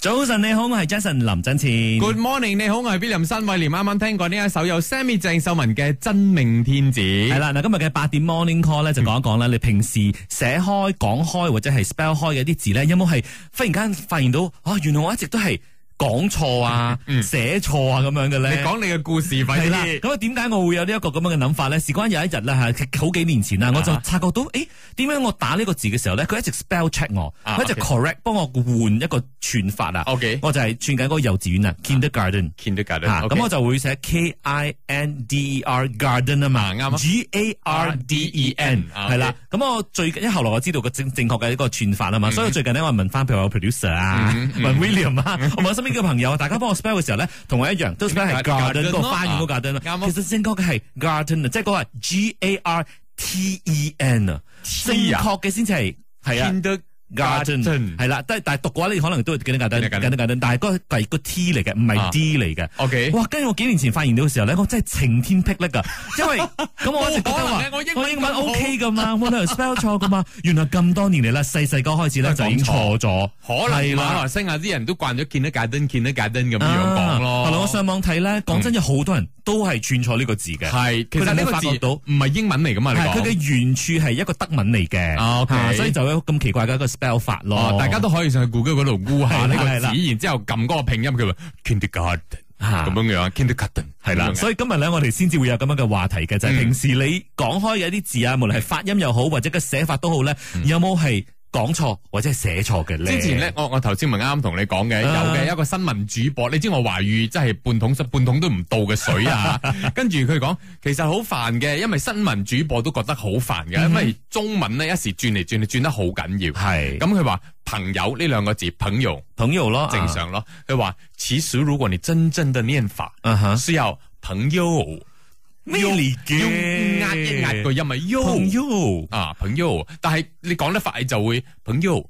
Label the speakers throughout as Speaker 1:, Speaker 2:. Speaker 1: 早晨，你好，我係 Jason 林振前。
Speaker 2: Good morning，你好，我係 William 新偉廉。啱啱聽過呢一首有 Sammy 鄭秀文嘅《真命天子》。
Speaker 1: 係啦，嗱今日嘅八點 morning call 咧就講一講啦，你平時寫開、講開或者係 spell 開嘅一啲字咧，有冇係忽然間發現到啊？原來我一直都係講錯啊、寫錯啊咁樣嘅
Speaker 2: 嗯你
Speaker 1: 咧？
Speaker 2: 講你啊嘅故事快
Speaker 1: 係啦，
Speaker 2: 啲。
Speaker 1: 咁啊點解我會有呢一個咁樣嘅諗法咧？事關有一日啦嚇，好幾年前啦，我
Speaker 2: 啊
Speaker 1: 就察覺到，誒點解我打呢個字嘅時候咧，佢一直 spell check 我，
Speaker 2: 啊
Speaker 1: 佢一直
Speaker 2: OK
Speaker 1: correct 幫我換一個串法啊。
Speaker 2: OK
Speaker 1: 我就係串緊嗰個幼稚園啊，kindergarten。
Speaker 2: Kindergarten，
Speaker 1: 嚇
Speaker 2: OK
Speaker 1: 啊咁我就會寫 K I N D E R garden 啊嘛，
Speaker 2: 啊啱啊
Speaker 1: ，G A R D E N
Speaker 2: 啊
Speaker 1: 係啦。咁我最近，因為後來我知道個正正確嘅一個串法啊嘛，所以我最近呢，我問翻譬如我 producer 啊， 問 William 啊，我問身邊嘅朋友，大家幫我 spell 嘅時候咧，同我一樣都 spell 係 garden
Speaker 2: garden
Speaker 1: 個
Speaker 2: 咯
Speaker 1: 花園嗰個 garden 啊
Speaker 2: 啱啊
Speaker 1: 其實正確嘅係 garden 啊，即係嗰個係 G A R T E N 啊，正確嘅先至係係啊。garden
Speaker 2: Kindergarten
Speaker 1: 係啦，但係但係讀嘅話，你可能都係 garden
Speaker 2: Kindergarten
Speaker 1: garden，但係嗰個係個 T 嚟嘅，唔係
Speaker 2: 啊
Speaker 1: D 嚟嘅。
Speaker 2: OK
Speaker 1: 哇！跟住我幾年前發現到嘅時候咧，我真係晴天霹靂 噶，因為咁我一直覺得
Speaker 2: 冇可能
Speaker 1: 話
Speaker 2: 咧我英文
Speaker 1: 我英文
Speaker 2: 咁好
Speaker 1: OK 噶嘛，冇理由 spell 錯噶 嘛。原來咁多年嚟啦，細細個開始咧就
Speaker 2: 都係
Speaker 1: 已經錯
Speaker 2: 講
Speaker 1: 咗，
Speaker 2: 可能
Speaker 1: 係
Speaker 2: 馬
Speaker 1: 啦
Speaker 2: 來西亞啲人都慣咗 Kindergarten，Kindergarten 咁樣講
Speaker 1: 啊
Speaker 2: 咯。嗯
Speaker 1: 後來我上網睇咧，講真有好多人都係串錯呢個字嘅。
Speaker 2: 係，其
Speaker 1: 佢
Speaker 2: 實
Speaker 1: 哋
Speaker 2: 呢
Speaker 1: 冇
Speaker 2: 個
Speaker 1: 發
Speaker 2: 字
Speaker 1: 覺到
Speaker 2: 唔係英文嚟噶嘛？你
Speaker 1: 係佢嘅
Speaker 2: 講
Speaker 1: 原處係一個德文嚟嘅，
Speaker 2: 啊，OK
Speaker 1: 啊所以就有咁奇怪嘅一個 spell 法咯
Speaker 2: 哦。大家都可以上去 Google 嗰度估下呢
Speaker 1: 係
Speaker 2: 個
Speaker 1: 啦
Speaker 2: 字，然之後撳嗰個拼音，佢話 Kindergarten
Speaker 1: 啊
Speaker 2: 咁樣樣，Kindergarten
Speaker 1: 係啦，所以今日咧，我哋先至會有咁樣嘅話題嘅，就係、
Speaker 2: 嗯
Speaker 1: 平時你講開嘅一啲字啊，無論係發音又好，或者個寫法都好咧，有冇係講錯或者係寫錯嘅咧？
Speaker 2: 嗯之前咧，，我我頭先咪啱啱同你講嘅，有
Speaker 1: 啊
Speaker 2: 嘅一個新聞主播，你知我華語真係半桶水、半桶都唔到嘅水 啊！跟住佢講，其實好煩嘅，因為新聞主播都覺得好煩
Speaker 1: 嗯
Speaker 2: 嘅，因為中文咧一時轉嚟轉去轉得好緊要。
Speaker 1: 係啊
Speaker 2: 咁佢話朋友呢兩個字，朋友
Speaker 1: 朋友咯，
Speaker 2: 正常咯。佢話此時如果你真正的念法，
Speaker 1: 啊哈
Speaker 2: 需要朋友
Speaker 1: 咩嚟
Speaker 2: 要
Speaker 1: 嘅？
Speaker 2: 壓一壓個音啊，
Speaker 1: 朋
Speaker 2: 友
Speaker 1: 友
Speaker 2: 啊朋友，但係你講得快就會朋友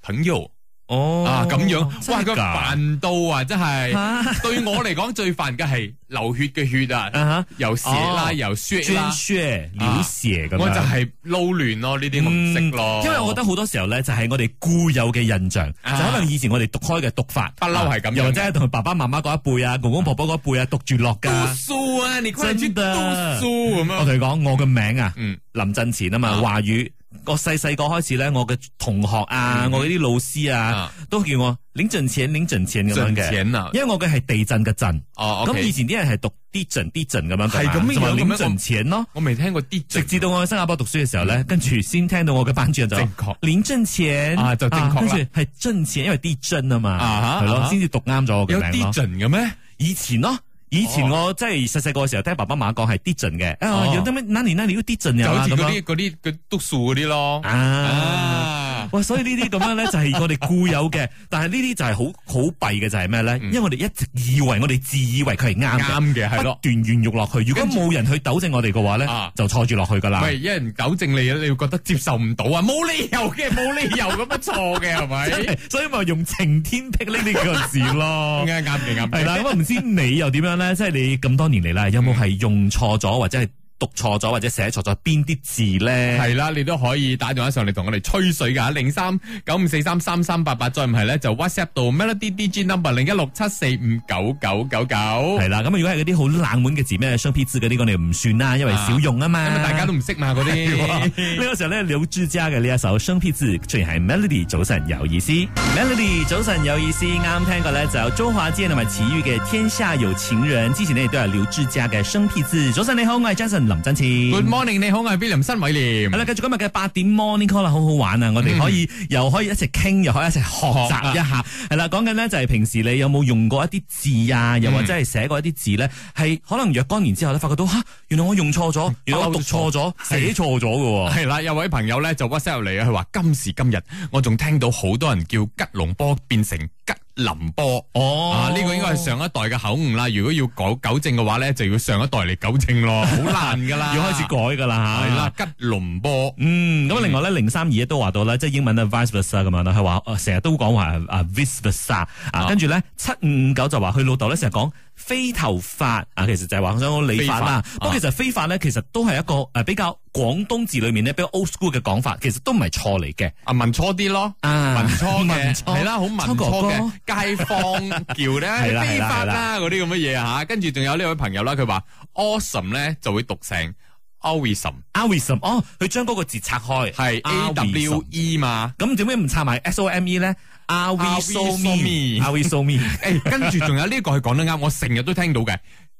Speaker 2: 朋友。
Speaker 1: 哦
Speaker 2: 啊咁樣，哇佢
Speaker 1: 真係㗎
Speaker 2: 煩到啊，真 係
Speaker 1: 啊
Speaker 2: 對我嚟講最煩嘅係流血嘅血啊，
Speaker 1: 啊
Speaker 2: 又血啦
Speaker 1: 哦
Speaker 2: 又
Speaker 1: 哈，
Speaker 2: 血
Speaker 1: 捐
Speaker 2: 啦，啊
Speaker 1: 血了血咁樣嗯
Speaker 2: 我就係撈亂咯，呢
Speaker 1: Ừ.
Speaker 2: 啲我唔識咯，
Speaker 1: 因為我覺得好多時候咧，就係我哋固有嘅印象，
Speaker 2: 啊
Speaker 1: 就可能以前我哋讀開嘅讀法，啊
Speaker 2: 不嬲係咁樣嘅
Speaker 1: 又或者係同爸爸媽媽嗰一輩啊、公公婆婆嗰一輩啊讀住落
Speaker 2: 讀
Speaker 1: 㗎。
Speaker 2: 書啊，你快啲
Speaker 1: 真
Speaker 2: 讀
Speaker 1: 的
Speaker 2: 書
Speaker 1: 我
Speaker 2: 咁樣，
Speaker 1: 同你講，我嘅名啊，
Speaker 2: 嗯
Speaker 1: 林振前啊嘛，
Speaker 2: 啊
Speaker 1: 華語。我細細個開始咧，我嘅同學啊，
Speaker 2: 嗯
Speaker 1: 我嗰啲老師啊
Speaker 2: 啊，
Speaker 1: 都叫我領盡錢、領盡錢咁樣
Speaker 2: 賺
Speaker 1: 嘅，
Speaker 2: 錢啊，
Speaker 1: 因為我嘅係地震嘅震。
Speaker 2: 哦
Speaker 1: 咁以
Speaker 2: à. Ờ, OK，
Speaker 1: 前啲人係讀啲震啲震咁樣㗎嘛，
Speaker 2: 係咁樣
Speaker 1: 就話
Speaker 2: 咁樣
Speaker 1: 領
Speaker 2: 我
Speaker 1: 盡錢咯。
Speaker 2: 我未聽過啲
Speaker 1: 直至到我喺新加坡讀書嘅時候咧，跟住先聽到我嘅班主任就話
Speaker 2: 正確
Speaker 1: 領正錢
Speaker 2: 啊就正確啦
Speaker 1: 跟住係正錢，因為啲真啊嘛，
Speaker 2: 啊哈
Speaker 1: 係
Speaker 2: 啊
Speaker 1: 咯，
Speaker 2: 哈
Speaker 1: 先至讀啱咗我
Speaker 2: 有
Speaker 1: 嘅名
Speaker 2: 啲
Speaker 1: 咯。
Speaker 2: 盡嘅咩？
Speaker 1: 以前咯。以前我即係細細個嘅時候，聽爸爸媽媽講係啲盡嘅，啊
Speaker 2: 哦
Speaker 1: 有啲咩哪年哪年要啲盡
Speaker 2: 就
Speaker 1: 又
Speaker 2: 好
Speaker 1: 啊
Speaker 2: 似
Speaker 1: 咁
Speaker 2: 嗰
Speaker 1: 樣
Speaker 2: 啲嗰啲嗰讀書嗰啲咯，
Speaker 1: À. 啊，
Speaker 2: 啊，
Speaker 1: 哇！所以呢啲咁樣咧就係我哋固有嘅， 但係呢啲就係好好弊嘅就係咩咧？因為我哋一直以為我哋自以為佢係啱嘅，
Speaker 2: 嗯啱嘅係咯
Speaker 1: 不。斷沿用落去。如果
Speaker 2: 跟住
Speaker 1: 冇人去糾正我哋嘅話咧
Speaker 2: 啊，
Speaker 1: 就錯住落去噶啦。
Speaker 2: 喂，有人糾正你，你會覺得接受唔到啊？冇理由嘅，冇理由咁樣錯嘅，係 咪？
Speaker 1: 真係所以咪用晴天霹靂呢個字 咯。
Speaker 2: 啱啱嘅，啱
Speaker 1: 係啦，咁啊唔知你又點樣 咧？即係你咁多年嚟啦，有冇係用錯咗，或者係讀錯咗，或者寫錯咗邊啲字咧？
Speaker 2: 係啦，你都可以打電話上嚟同我哋吹水噶，零三九五四三三三八八，再唔係咧就 WhatsApp 到 Melody DJ number 零一六七四五九九九 九，
Speaker 1: 係啦，咁啊如果係嗰啲好冷門嘅字，咩雙 P 字嗰啲，我哋唔算啦，因為少用啊嘛。
Speaker 2: 因為大家都唔識嘛嗰啲。
Speaker 1: 呢個時候咧，柳之家嘅呢一首《生僻字》，雖然係 Melody 早晨有意思，Melody 早晨有意思，啱聽過咧就有周華健同埋齊豫嘅《天下有情人》，之前呢亦都有柳之家嘅《生僻字》。早晨你好，我係 Jason 林振前。
Speaker 2: Good morning，你好，我係 William 新偉廉
Speaker 1: 係。啦，繼續今日嘅八點 morning call 啦，好好玩啊！我哋可以又可以一齊傾，又可以一齊學習一下。係啦，講緊咧就係平時你有冇用過一啲字啊，又或者係寫過一啲字咧，係可能若干年之後咧，發覺到吓，原來我用錯咗，原哦來我讀錯咗，寫錯咗嘅喎。
Speaker 2: 係啦，有位朋友咧就 WhatsApp 入嚟啊，佢話今時今日我仲聽到好多人叫吉隆坡變成吉林波。
Speaker 1: 哦
Speaker 2: 啊！呢、個應該係上一代嘅口誤啦。如果要糾糾正嘅話咧，就要上一代嚟糾 正咯，好難噶啦，
Speaker 1: 要開始改噶啦吓。
Speaker 2: 係啦，。吉隆坡。
Speaker 1: 嗯，咁啊另外咧，零三二一都話到啦，即係英文啊，vice versa 咁樣啦，佢話呃成日都講話啊，vice versa 啊，跟住咧七五五九就話佢老豆咧成日講非頭髮啊，其實就係話想講理髮啦
Speaker 2: 非。髮
Speaker 1: 不過其實非髮咧，其實都係一個誒比較廣東字裏面咧比較 old school 嘅講法，其實都唔係錯嚟嘅。
Speaker 2: 啊文初啲咯。
Speaker 1: 啊
Speaker 2: 文初 嘅
Speaker 1: 文初
Speaker 2: 係啦，好文初
Speaker 1: 初哥
Speaker 2: 嘅街坊叫
Speaker 1: 係
Speaker 2: 咧
Speaker 1: 啦
Speaker 2: 非
Speaker 1: 係啦
Speaker 2: 法
Speaker 1: 係
Speaker 2: 啦
Speaker 1: 啦
Speaker 2: 嗰啲咁嘅嘢吓，跟住仲有呢位朋友啦，佢話 awesome 咧就會讀成 awesome，
Speaker 1: a w i s m 哦，佢將嗰個字拆開，
Speaker 2: 係 A W
Speaker 1: Awism。
Speaker 2: E 嘛。
Speaker 1: 咁點解唔拆埋 S O M E 咧？Are we so
Speaker 2: Awisomi
Speaker 1: me？Are we so me？
Speaker 2: 诶，跟住仲有呢個佢講得啱，我成日都聽到嘅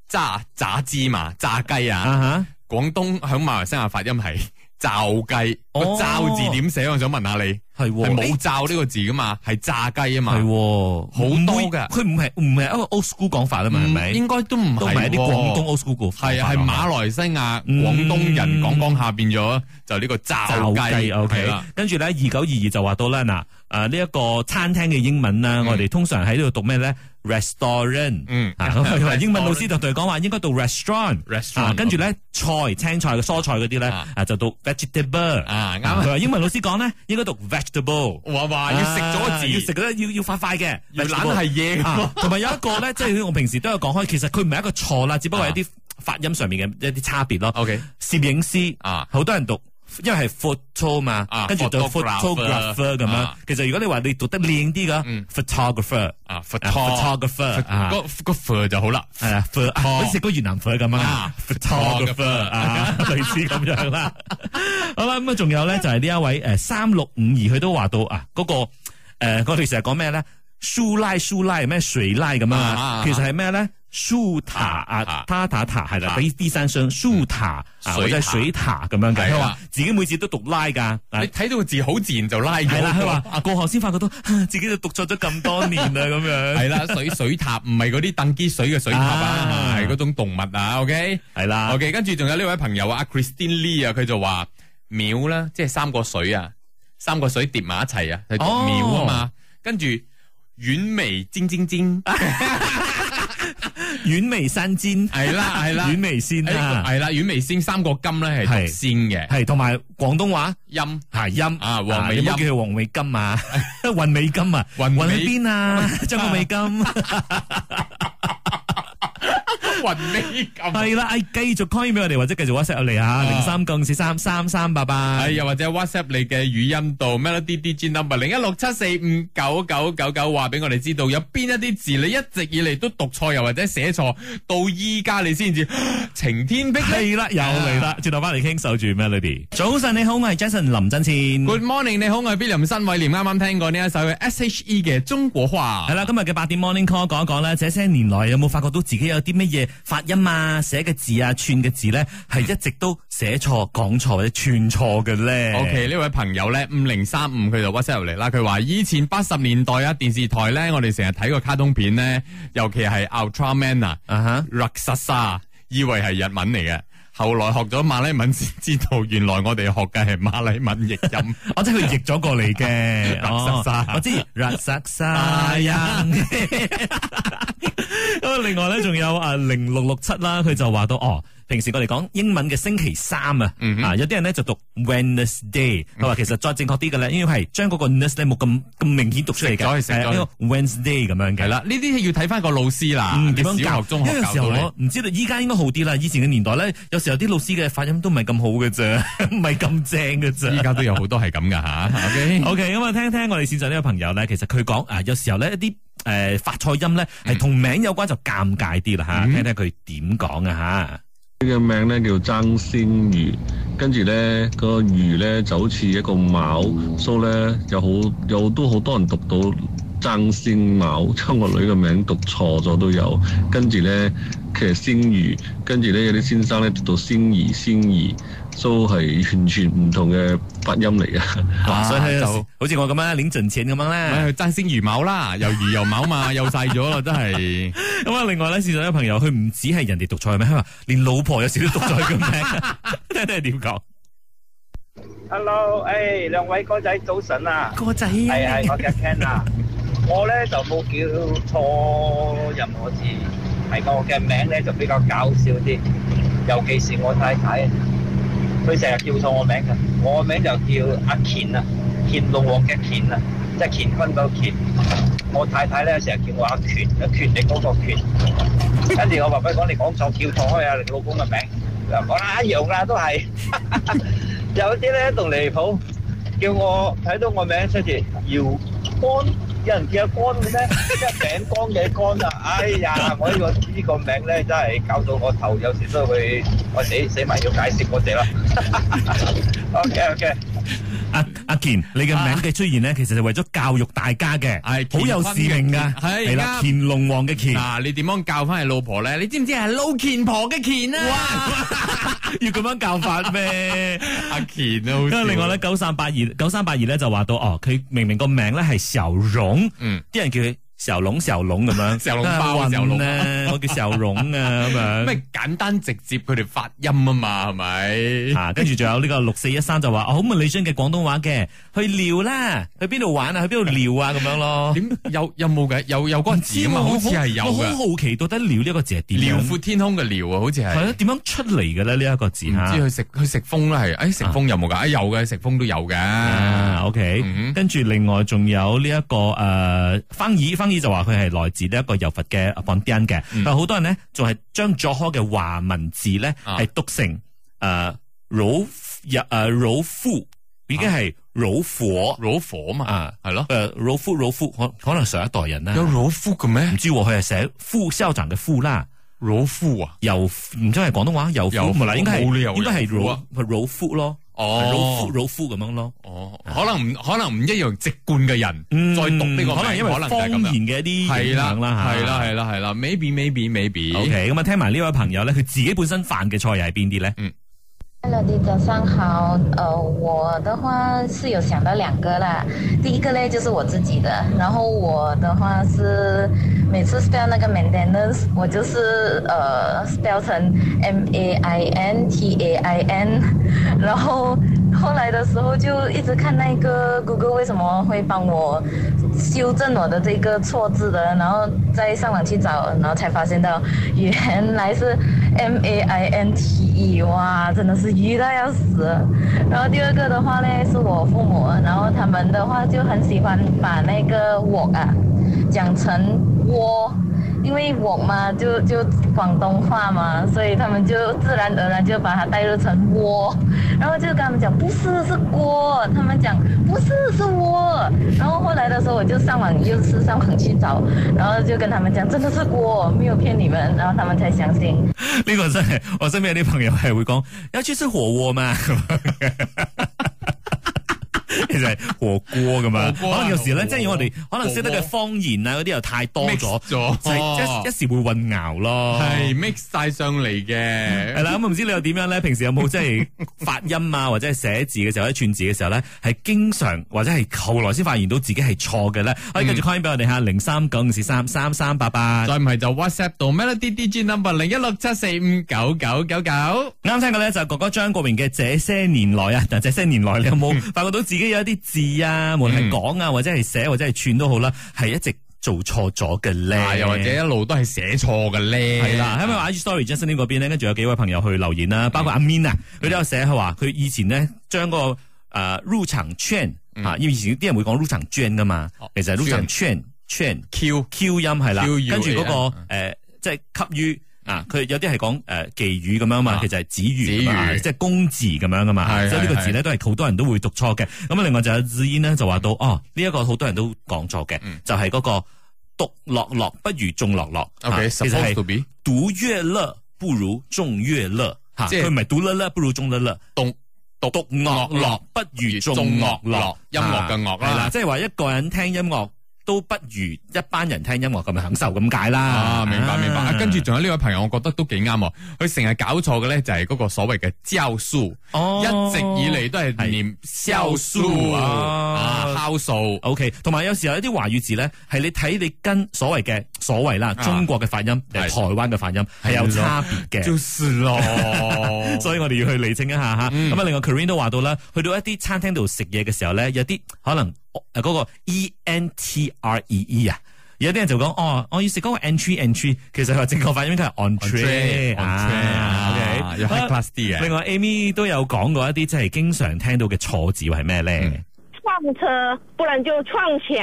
Speaker 2: 炸炸芝麻、炸雞啊，
Speaker 1: 啊
Speaker 2: 廣東響馬來西亞發音係罩雞，個
Speaker 1: 哦
Speaker 2: 罩字點寫？我想問下你，
Speaker 1: 吓，係
Speaker 2: 係
Speaker 1: 喎，
Speaker 2: 冇罩呢個字噶嘛？係炸雞啊
Speaker 1: 係
Speaker 2: 嘛？
Speaker 1: 喎，
Speaker 2: 好
Speaker 1: 唔會
Speaker 2: 多㗎
Speaker 1: 佢唔係唔係一個 old school 講法啊嘛，係咪？
Speaker 2: 應該都唔
Speaker 1: 都唔係
Speaker 2: 係
Speaker 1: 一啲廣東
Speaker 2: 喎。
Speaker 1: old school 嘅講法
Speaker 2: 係啊，係馬來西亞廣東
Speaker 1: 嗯
Speaker 2: 人講講下變咗就呢個罩
Speaker 1: 就雞
Speaker 2: 雞係
Speaker 1: OK
Speaker 2: 嗯啦。。
Speaker 1: 跟住咧，二九二二就話到啦，嗱，誒呢一個餐廳嘅英文啦，我哋通常喺呢度讀咩咧？restaurant。
Speaker 2: 嗯，
Speaker 1: 啊， 咁佢話英文老師就同佢講話應該讀 restaurant。
Speaker 2: restaurant，
Speaker 1: 啊，跟住咧菜青菜嘅蔬菜嗰啲咧
Speaker 2: 啊，
Speaker 1: 啊就讀 vegetable。
Speaker 2: 啊
Speaker 1: 啊佢
Speaker 2: 啱，
Speaker 1: 話英文老師講咧應該讀 vegetable。
Speaker 2: 哇哇要食咗個
Speaker 1: 啊要
Speaker 2: 字
Speaker 1: 食，咧要要快快嘅，
Speaker 2: 要懶
Speaker 1: vegetable
Speaker 2: 係嘢㗎
Speaker 1: 啊同埋有一個咧，即係我平時都有講開，其實佢唔係一個錯啦，只不過係一啲發音上面嘅一啲差別咯。
Speaker 2: 啊 OK
Speaker 1: 攝影師
Speaker 2: 啊
Speaker 1: 好多人讀，因為係 photo 嘛
Speaker 2: 啊，
Speaker 1: 跟住就
Speaker 2: photographer
Speaker 1: photographer 咁樣
Speaker 2: 啊。
Speaker 1: 其實如果你話你讀得靚啲噶
Speaker 2: 嗯
Speaker 1: ，photographer
Speaker 2: 啊
Speaker 1: 啊
Speaker 2: photo
Speaker 1: ，photographer 啊
Speaker 2: 個個 f 就好啦。
Speaker 1: 係啊，pho- 啊好似食過越南 pho 咁樣啊
Speaker 2: 啊
Speaker 1: ，photographer 啊，類似咁樣啦。 好啦，咁啊，仲有咧就係呢一位誒三六五二，佢都話到啊，嗰個誒我哋成日講咩咧？舒拉舒拉咩水拉咁
Speaker 2: 啊啊
Speaker 1: 啊
Speaker 2: 啊，
Speaker 1: 其實係咩咧？舒塔
Speaker 2: 啊
Speaker 1: 啊，塔塔塔係
Speaker 2: 啊
Speaker 1: 啦，第第三聲舒塔
Speaker 2: 嗯
Speaker 1: 啊，或者係
Speaker 2: 水
Speaker 1: 水塔咁樣嘅。
Speaker 2: 係
Speaker 1: 佢
Speaker 2: 啦
Speaker 1: 話自己每次都讀拉㗎，啊
Speaker 2: 你睇到個字好自然就拉咗。
Speaker 1: 係啦，佢話啊過後先發覺到 啊自己就讀錯咗咁多年啦咁 樣。
Speaker 2: 係啦，水水塔唔係嗰啲凳機水嘅水塔啊，
Speaker 1: 啊
Speaker 2: 係嗰種動物啊。OK，à?
Speaker 1: 係啦
Speaker 2: OK，跟住仲有呢位朋友啊阿，Christine Lee 啊，佢就話秒啦，即係三個水啊，三個水疊埋一齊啊，係讀
Speaker 1: 哦
Speaker 2: 秒啊嘛。跟住軟眉尖尖 尖，
Speaker 1: 軟眉山尖，
Speaker 2: 係啦係啦
Speaker 1: 軟眉仙
Speaker 2: 誒
Speaker 1: 啊。
Speaker 2: 係啦，軟眉先三個金咧係讀
Speaker 1: 係
Speaker 2: 先嘅
Speaker 1: 系同埋廣東話
Speaker 2: 音。
Speaker 1: 係音
Speaker 2: 啊黃尾音
Speaker 1: 有冇叫佢黃尾金啊， 運尾金啊，
Speaker 2: 運尾
Speaker 1: 運去邊 啊？將個尾金
Speaker 2: 雲尾咁。
Speaker 1: 係啦，哎，繼續 call 俾我哋，或者繼續 WhatsApp 我哋啊，零三杠四三三三八八
Speaker 2: 係。又或者 WhatsApp 你嘅語音度 Melody DJ number 零一六七四五九九九九，話俾我哋知道有邊一啲字你一直以嚟都讀錯又或者寫錯，到依家你先至 晴天霹靂。
Speaker 1: 係啦，又
Speaker 2: 啊
Speaker 1: 嚟啦，轉頭翻嚟傾守住 Melody。早晨你好，我係 Jason 林振前。
Speaker 2: Good morning，你好，我係 Bill 林新偉廉，啱啱聽過呢一首嘅 S.H.E 嘅《中國話
Speaker 1: 係》。啦，今日嘅八點 Morning Call 講一講咧，這些年來有冇發覺到自己有啲乜嘢發音啊、寫嘅字啊、串嘅字咧，係一直都寫錯、講錯或者串錯嘅咧
Speaker 2: O.K. 呢位朋友咧，五零三五佢就 WhatsApp 入嚟啦。佢話以前八十年代啊，電視台咧，我哋成日睇個卡通片咧，尤其係 Ultraman 啊。
Speaker 1: 啊哈。
Speaker 2: r a k s a s a 以為係日文嚟嘅，後來學咗馬來文先知道，原來我哋學嘅係馬來文譯 音。
Speaker 1: 我哦即係佢譯咗過嚟 嘅，
Speaker 2: Raksasa
Speaker 1: 哦 我知 Raksasa 呀。咁啊，另外咧仲有啊零六六七啦，佢就話到哦，平時我哋講英文嘅星期三啊，
Speaker 2: 嗯
Speaker 1: 啊有啲人咧就讀 Wednesday，佢話其實再正確啲嘅咧，因為係將嗰個 n e s 咧冇咁咁明顯讀出嚟嘅，
Speaker 2: 食咗佢食咗佢
Speaker 1: 係啊呢個 Wednesday 咁樣
Speaker 2: 係
Speaker 1: 嘅。
Speaker 2: 啦，呢啲要睇翻個老師啦，
Speaker 1: 嗯，
Speaker 2: 你
Speaker 1: 點樣
Speaker 2: 小
Speaker 1: 教？
Speaker 2: 學、中
Speaker 1: 因為
Speaker 2: 學
Speaker 1: 有
Speaker 2: 教
Speaker 1: 時候
Speaker 2: 到你
Speaker 1: 我。唔知道，依家應該好啲啦。以前嘅年代咧，有時候啲老師嘅發音都唔係咁好嘅啫， 唔係咁正嘅啫。
Speaker 2: 依家都有好多係咁噶吓 ，OK。
Speaker 1: O K，咁啊，聽聽我哋線上呢個朋友咧，其實佢講啊，有時候咧一啲誒發錯音咧，
Speaker 2: 嗯
Speaker 1: 係同名有關就尷尬啲啦嚇，聽聽佢點講啊
Speaker 3: 呢個名咧叫爭鮮魚，跟住咧個魚咧就好似一個卯，所以咧有好有都好多人讀到爭鮮卯，將我女嘅名讀錯咗都有，跟住咧其實鮮魚，跟住咧有啲先生咧讀到鮮兒鮮兒，所以係完全唔同嘅發音嚟嘅。
Speaker 1: 嚇，所以佢
Speaker 2: 啊就
Speaker 1: 啊好似我咁樣領陣錢咁樣咧。
Speaker 2: 咪去爭先魚卯啦，又魚又卯嘛，又細咗啦，真係。
Speaker 1: 咁啊，另外咧線上呢個朋友，佢唔止係人哋讀錯名，佢話連老婆有時都讀錯佢 名，聽聽佢點講。
Speaker 4: Hello，誒、兩位哥仔早晨啊！哥仔，係係我嘅 Ken 啊！我咧就冇叫錯任何字，係我嘅名咧就比較搞笑啲，尤其是我太太，佢成日叫錯我名嘅，我名就叫阿乾啊，乾隆王嘅乾啊，即係乾坤嗰個乾。我太太咧成日叫我阿 à, 權，阿權力嗰個權。跟住我話：喂，講你講錯，叫錯開啊你老公嘅名。又講啦一樣啦，都係 有啲咧仲離譜，叫我睇到我名出字姚乾，有人叫阿乾嘅 咩？即係餅乾嘅乾啊！哎呀，我呢、個呢、個名咧真係搞到我頭有時都會我死死埋要解釋 我哋啦。OK OK。
Speaker 1: 阿阿健，你嘅名嘅出現咧，其實就為咗教育大家嘅，
Speaker 2: 係
Speaker 1: 好有使命噶，
Speaker 2: 乾坤嘅係
Speaker 1: 係啦，
Speaker 2: 啱啊
Speaker 1: 乾隆王嘅乾，
Speaker 2: 嗱，你點樣教翻你老婆咧？你知唔知係撈乾婆嘅乾啊？
Speaker 1: 要咁樣教法咩？
Speaker 2: 阿乾啊，好
Speaker 1: 因
Speaker 2: 笑
Speaker 1: 為另外咧，，九三八二九三八二咧就話到哦，佢明明個名咧係小蓉，
Speaker 2: 嗯，
Speaker 1: 啲人叫佢小龍小龍咁樣，
Speaker 2: 小籠包
Speaker 1: 啊
Speaker 2: 小籠
Speaker 1: 咧，我叫小蓉啊咁樣。
Speaker 2: 咩簡單直接佢哋發音啊嘛，係咪？
Speaker 1: 啊，跟住仲有呢個六四一三就話，哦，好唔理想嘅廣東話嘅，去撩啦，去邊度玩啊，去邊度撩啊，咁樣 咯。
Speaker 2: 點有有冇嘅？有有嗰個字啊嘛，好似係有
Speaker 1: 我好
Speaker 2: 嘅。
Speaker 1: 好奇到底撩呢一個字係點
Speaker 2: 遼
Speaker 1: 樣？
Speaker 2: 闊天空嘅遼啊，好似
Speaker 1: 係
Speaker 2: 係
Speaker 1: 咯，。點樣出嚟嘅咧？呢一個字
Speaker 2: 唔知啊
Speaker 1: 嚇。
Speaker 2: 佢食佢食風啦，係誒食風有冇㗎？誒有嘅，食風都有
Speaker 1: 啊
Speaker 2: 嘅。
Speaker 1: ，OK，
Speaker 2: 嗯
Speaker 1: 跟住另外仲有呢、一個誒翻譯，翻譯就話佢係來自呢一個柔佛嘅邦甸嘅，
Speaker 2: 嗯
Speaker 1: 但好多人咧仲係將佐科嘅華文字咧
Speaker 2: 啊
Speaker 1: 係讀成誒柔日誒柔夫，已經係柔佛
Speaker 2: 老火嘛，
Speaker 1: 啊。
Speaker 2: 係咯，
Speaker 1: 誒老夫老夫可可能上一代人啦
Speaker 2: 有，老夫嘅咩
Speaker 1: 唔？知喎佢係寫夫肖長嘅夫啦，
Speaker 2: 老夫啊，
Speaker 1: 又唔知係廣東話又夫，
Speaker 2: 柔夫
Speaker 1: 唔係應該
Speaker 2: 冇理由
Speaker 1: 係應該係
Speaker 2: 柔夫
Speaker 1: 老
Speaker 2: 啊
Speaker 1: 係老夫咯，老
Speaker 2: 哦
Speaker 1: 夫，老夫咁樣咯。
Speaker 2: 哦，可能唔可能唔一樣直觀嘅人
Speaker 1: 嗯
Speaker 2: 再讀呢個名，
Speaker 1: 可能因為
Speaker 2: 可能就
Speaker 1: 方
Speaker 2: 係咁
Speaker 1: 言
Speaker 2: 樣
Speaker 1: 嘅一啲
Speaker 2: 係
Speaker 1: 影
Speaker 2: 啦，
Speaker 1: 響啦嚇
Speaker 2: 係啦，係啦，係啦，maybe maybe maybe。
Speaker 1: OK，咁啊，聽埋呢位朋友咧，佢自己本身犯嘅錯又係邊啲咧？
Speaker 5: Melody，早上好。呃，我的话是有想到两个啦。第一个嘞就是我自己的，然后我的话是每次 spell 那个 maintenance，我就是呃 spell 成 M A I N T A I N，然 后后来的时候就一直看那个 Google 为什么会帮我修正我的这个错字的，然后再上网去找，然后才发现到原来是 M A I N T E，哇，真的是鱼到要死。然后第二个的话呢，是我父母，然后他们的话就很喜欢把那个我啊讲成窝。因为我嘛，就就广东话嘛，所以他们就自然而然就把它带入成窝，然后就跟他们讲不是是锅，他们讲不是是窝，然后后来的时候我就上网又是上网去找，然后就跟他们讲真的是锅，没有骗你们，然后他们才相信。
Speaker 1: 呢個真係我身邊有啲朋友係會講有出食火鍋嘛， 其實係火鍋咁嘛。
Speaker 2: 火鍋
Speaker 1: 可
Speaker 2: 啊
Speaker 1: 能有時咧，
Speaker 2: 火鍋
Speaker 1: 即係我哋可能識得嘅方言啊嗰啲又太多
Speaker 2: Mix
Speaker 1: 咗，
Speaker 2: 咗
Speaker 1: 就係一一時會混淆咯。
Speaker 2: 係 mix 晒上嚟 嘅
Speaker 1: 係，啦，咁唔知你又點樣咧？平時有冇即係發音啊，或者係寫字嘅時候，一串字嘅時候咧，係經常或者係後來先發現到自己係錯嘅咧？可以繼
Speaker 2: 嗯
Speaker 1: 續 call 俾我哋吓，零三九五四三三三八八。
Speaker 2: 再唔係就 WhatsApp 到 Melody DJ number 零一六七四五九九九九。
Speaker 1: 啱聽嘅咧就係哥哥張國榮嘅《這些年來》啊，但《這些年來》你有 冇發覺到自己有一啲字啊，無論
Speaker 2: 嗯
Speaker 1: 係講啊，或者係寫或者係串都好啦，係一直做錯咗嘅
Speaker 2: 啊，
Speaker 1: 咧？
Speaker 2: 又或者一路都係寫錯嘅咧，
Speaker 1: 係啦，
Speaker 2: 啊
Speaker 1: 喺咪話 IG Story Justin 呢嗰邊咧，跟住有幾位朋友去留言
Speaker 2: 嗯
Speaker 1: 啦，包括阿 Min 啊，佢都有寫佢話佢以前咧將嗰個誒入場券嚇，因為以前啲人會講入場券噶嘛
Speaker 2: 嗯哦，
Speaker 1: 其實係入場券券
Speaker 2: Q
Speaker 1: Q 音係啦，
Speaker 2: Q 啊語
Speaker 1: 跟住嗰
Speaker 2: 嚟
Speaker 1: 個誒即係給予。啊！佢有啲係講誒寄語咁樣嘛，
Speaker 2: 啊
Speaker 1: 其實係子語
Speaker 2: 子
Speaker 1: 咁
Speaker 2: 語
Speaker 1: 啊，即係公字咁樣噶嘛，
Speaker 2: 係
Speaker 1: 所以呢個
Speaker 2: 係
Speaker 1: 字咧都係好多人都會讀錯嘅。咁啊，另外就有子燕呢，就話到哦，呢一個好多人都講錯嘅
Speaker 2: 嗯，
Speaker 1: 就係嗰個獨樂樂不如眾樂樂。啊
Speaker 2: OK
Speaker 1: 其實係
Speaker 2: supposed to be
Speaker 1: 獨樂樂不如眾樂樂，吓
Speaker 2: 即係
Speaker 1: 佢唔係獨樂樂不如眾樂樂，
Speaker 2: 獨
Speaker 1: 獨樂樂不如眾樂
Speaker 2: 樂
Speaker 1: 樂，
Speaker 2: 音樂嘅啊樂啦
Speaker 1: 係即係話一個人聽音樂都不如一班人聽音樂咁享受咁解啦。
Speaker 2: 啊，明白明白。
Speaker 1: 啊
Speaker 2: 啊跟住仲有呢位朋友，我覺得都幾啱喎。佢成日搞錯嘅咧，就係嗰個所謂嘅酵素，
Speaker 1: 哦
Speaker 2: 一直以嚟都係念酵素啊，啊
Speaker 1: 酵素
Speaker 2: 酵素。
Speaker 1: O K，同埋有時候有啲華語字咧，係你睇你跟所謂嘅所謂啦，
Speaker 2: 啊
Speaker 1: 中國嘅發音定係
Speaker 2: 係
Speaker 1: 台灣嘅發音係有
Speaker 2: 係咯
Speaker 1: 差別嘅。
Speaker 2: 就是 咯，
Speaker 1: 所以我哋要去厘清一下吓。咁啊、
Speaker 2: 嗯
Speaker 1: 另外 Karen 都話到啦，去到一啲餐廳度食嘢嘅時候咧，有啲可能誒嗰個 E N T R E E 啊。有啲人就講哦，我要食嗰個 entry entry，其實佢話正確發音應該係 entree
Speaker 2: entree，
Speaker 1: 啊
Speaker 2: entree，
Speaker 1: OK
Speaker 2: 要 high class 啲嘅
Speaker 1: 另外 Amy 都有講過一啲即係經常聽到嘅錯字係咩咧？
Speaker 6: 撞车，不然就撞墙，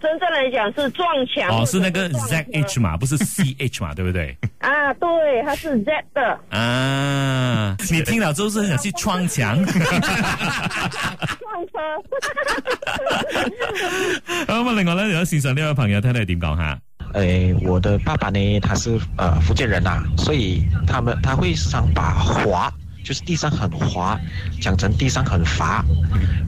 Speaker 6: 真正来讲是撞墙。
Speaker 1: 哦，是那个
Speaker 6: 撞
Speaker 1: Z
Speaker 6: 墙
Speaker 1: H 嘛，不是 C H 嘛，对不 对？
Speaker 6: 啊，对，它是 Z 的。
Speaker 1: 啊，你听了之后是很想去撞 墙。
Speaker 6: 撞车。
Speaker 1: 咁啊，另外咧，有線上呢位朋友睇你點講吓？
Speaker 7: 诶，我的爸爸呢，他是呃福建人呐、所以他们他会时常把滑，就是地上很滑，讲成地上很滑，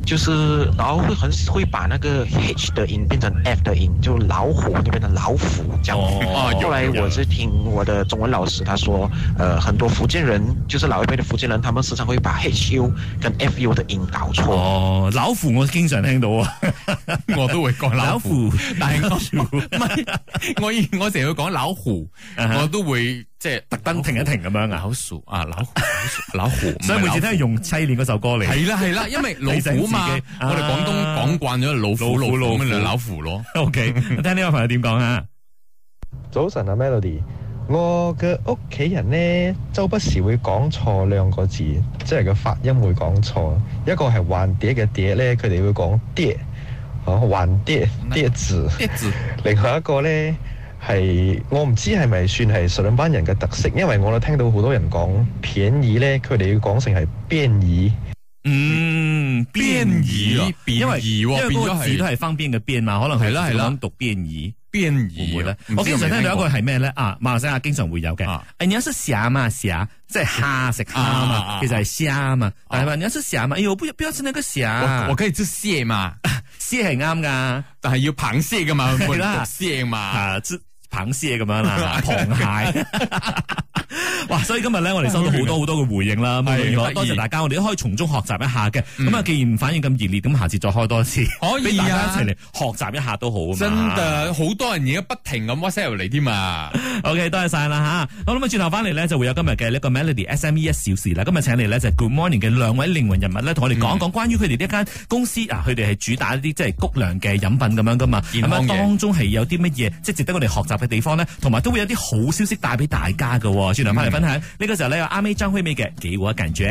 Speaker 7: 就是然后会很会把那个 H 的音变成 F 的音，就老虎就变成老虎这样。
Speaker 1: 哦
Speaker 2: 有
Speaker 7: 后来我是听我的中文老师他说，呃，很多福建人就是老一辈的福建人，他们时常会把 H U 跟 F U 的音搞错。
Speaker 1: 哦，老虎我經常聽到 啊，
Speaker 2: 我都會講老虎，
Speaker 1: 虎
Speaker 2: 但係我唔係 我以我成日會講老虎，
Speaker 1: 啊哈
Speaker 2: 我都會即係特登
Speaker 1: 登停一停咁樣啊，
Speaker 2: 老鼠 啊，老虎，老虎，老虎
Speaker 1: 所以每次都係用淒戀嗰首歌嚟。
Speaker 2: 系啦系 啦，因為老
Speaker 1: 提醒
Speaker 2: 虎
Speaker 1: 自己
Speaker 2: 嘛，
Speaker 1: 啊
Speaker 2: 我哋廣東講慣咗老虎
Speaker 1: 老
Speaker 2: 老
Speaker 1: 虎
Speaker 2: 虎
Speaker 1: 老虎
Speaker 2: 咁咪老虎咯。
Speaker 1: O K，聽呢位朋友點講啊？
Speaker 8: 早晨啊，Melody，我嘅屋企人呢，周不時會講錯兩個字，即係個發音會講錯。一個係橫碟嘅碟呢，佢哋會講碟，啊橫碟
Speaker 4: 嗯
Speaker 8: 碟字。
Speaker 2: 一字
Speaker 8: 另外一個呢，係我唔知係咪算係瑞典班人嘅特色，因為我聽到好多人講便宜呢，佢哋要講成係便宜。
Speaker 1: 嗯，
Speaker 2: 變異啊變
Speaker 1: 因為
Speaker 2: 異
Speaker 1: 因
Speaker 2: 喎
Speaker 1: 為
Speaker 2: 變
Speaker 1: 嗰
Speaker 2: 咗
Speaker 1: 個
Speaker 2: 係
Speaker 1: 字都係方邊嘅邊嘛，可能係
Speaker 2: 係啦係啦
Speaker 1: 咁讀邊耳。
Speaker 2: 邊
Speaker 1: 會唔會
Speaker 2: 兒
Speaker 1: 咧？啊我經常聽到一個係咩咧？啊，馬來西亞經常會有嘅。
Speaker 2: 啊
Speaker 1: 哎你有識蝦嘛？蝦即係蝦食蝦
Speaker 2: 啊啊
Speaker 1: 嘛
Speaker 2: 啊，
Speaker 1: 其實係蝦嘛。但係話你有識蝦嘛？哎呦，不要不要吃那個
Speaker 2: 我我
Speaker 1: 蝦，
Speaker 2: 可以知蟹嘛，
Speaker 1: 蝦係啱㗎。
Speaker 2: 但係要螃蟹噶嘛，
Speaker 1: 係啦
Speaker 2: 唔讀蟹嘛。
Speaker 1: 啊，即螃蟹咁樣啦，螃蟹。哇！所以今日咧，我哋收到好多好多嘅回應啦，咁啊
Speaker 2: 係
Speaker 1: 原來
Speaker 2: 得意
Speaker 1: 多謝大家，我哋都可以從中學習一下嘅。咁啊，既然反應咁熱烈，咁下次再開多一次，
Speaker 2: 可以啊
Speaker 1: 俾大家一齊嚟學習一下都好啊嘛。
Speaker 2: 真嘅，好多人而家不停咁 WhatsApp 入嚟添啊！
Speaker 1: OK，多謝晒啦吓。好咁啊，轉頭翻嚟咧就會有今日嘅呢個 Melody SME 一小時啦。今日請嚟咧就係 Good Morning 嘅兩位靈魂人物咧，同我哋
Speaker 2: 嗯
Speaker 1: 講一講關於佢哋呢一間公司啊，佢哋係主打一啲即係谷糧嘅飲品咁樣噶嘛。
Speaker 2: 健
Speaker 1: 咁啊
Speaker 2: 康，嘅
Speaker 1: 當中係有啲乜嘢即係值得我哋學習嘅地方咧，同埋都會有啲好消息帶俾大家嘅喎。轉頭翻嚟分享呢個時候咧有阿 May 張輝美嘅《給我感覺》。